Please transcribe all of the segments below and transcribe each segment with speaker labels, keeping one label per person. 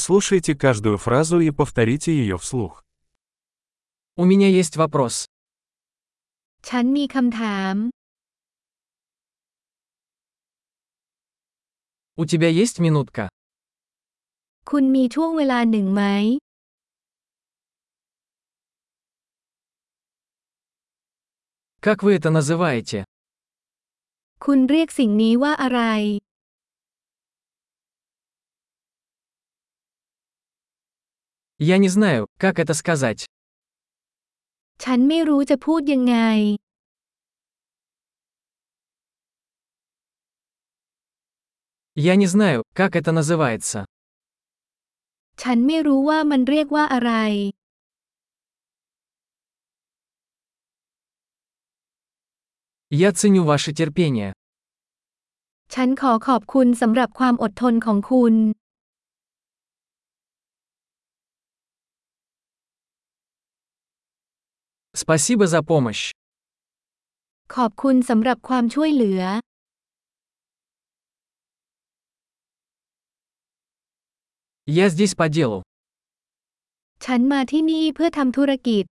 Speaker 1: Прослушайте каждую фразу и повторите ее вслух.
Speaker 2: У меня есть вопрос.
Speaker 3: ฉันมีคำถาม
Speaker 2: У тебя есть минутка?
Speaker 3: คุณมีช่วงเวลาหนึ่งไหม
Speaker 2: Как вы это называете?
Speaker 3: คุณเรียกสิ่งนี้ว่าอะไร
Speaker 2: Я не знаю, как это сказать.
Speaker 3: ฉันไม่รู้จะพูดยังไง
Speaker 2: Я не знаю, как это называется.
Speaker 3: ฉันไม่รู้ว่ามันเรียกว่าอะไร
Speaker 2: Я ценю ваше терпение.
Speaker 3: ฉันขอขอบคุณสำหรับความอดทนของคุณ
Speaker 2: Спасибо за помощь.
Speaker 3: ขอบคุณสำหรับความช่วยเหลือ
Speaker 2: Я здесь по делу.
Speaker 3: ฉันมาที่นี่เพื่อทำธุรกิจ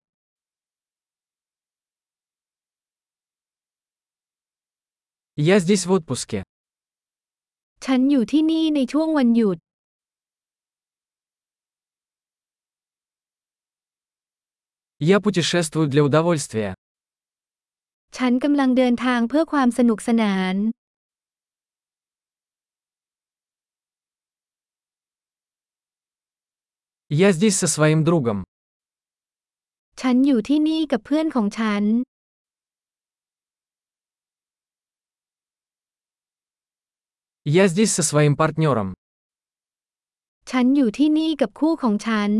Speaker 2: Я здесь в отпуске.
Speaker 3: ฉันอยู่ที่นี่ในช่วงวันหยุด
Speaker 2: Я путешествую для удовольствия.
Speaker 3: ฉันกำลังเดินทางเพื่อความสนุกสนาน
Speaker 2: Я здесь со своим другом.
Speaker 3: ฉันอยู่ที่นี่กับเพื่อนของฉัน
Speaker 2: Я здесь со своим партнером.
Speaker 3: ฉันอยู่ที่นี่กับคู่ของฉัน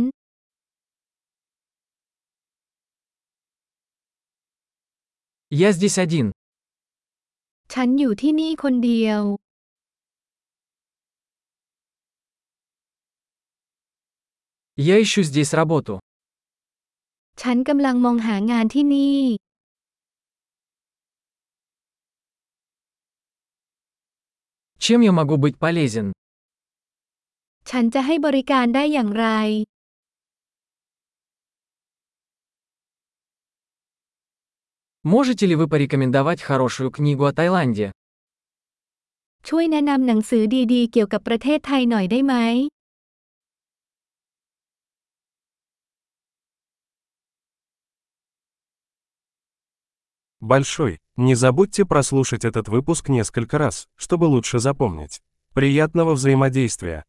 Speaker 2: Я здесь один.
Speaker 3: ฉันอยู่ที่นี่คนเดียว
Speaker 2: Я ищу здесь работу.
Speaker 3: ฉันกำลังมองหางานที่นี่
Speaker 2: Чем я могу быть полезен?
Speaker 3: ฉันจะให้บริการได้อย่างไร
Speaker 2: Можете ли вы порекомендовать хорошую книгу о Таиланде?
Speaker 3: ช่วยแนะนำหนังสือดีๆ เกี่ยวกับประเทศไทยหน่อยได้ไหม
Speaker 1: Большой. Не забудьте прослушать этот выпуск несколько раз, чтобы лучше запомнить. Приятного взаимодействия!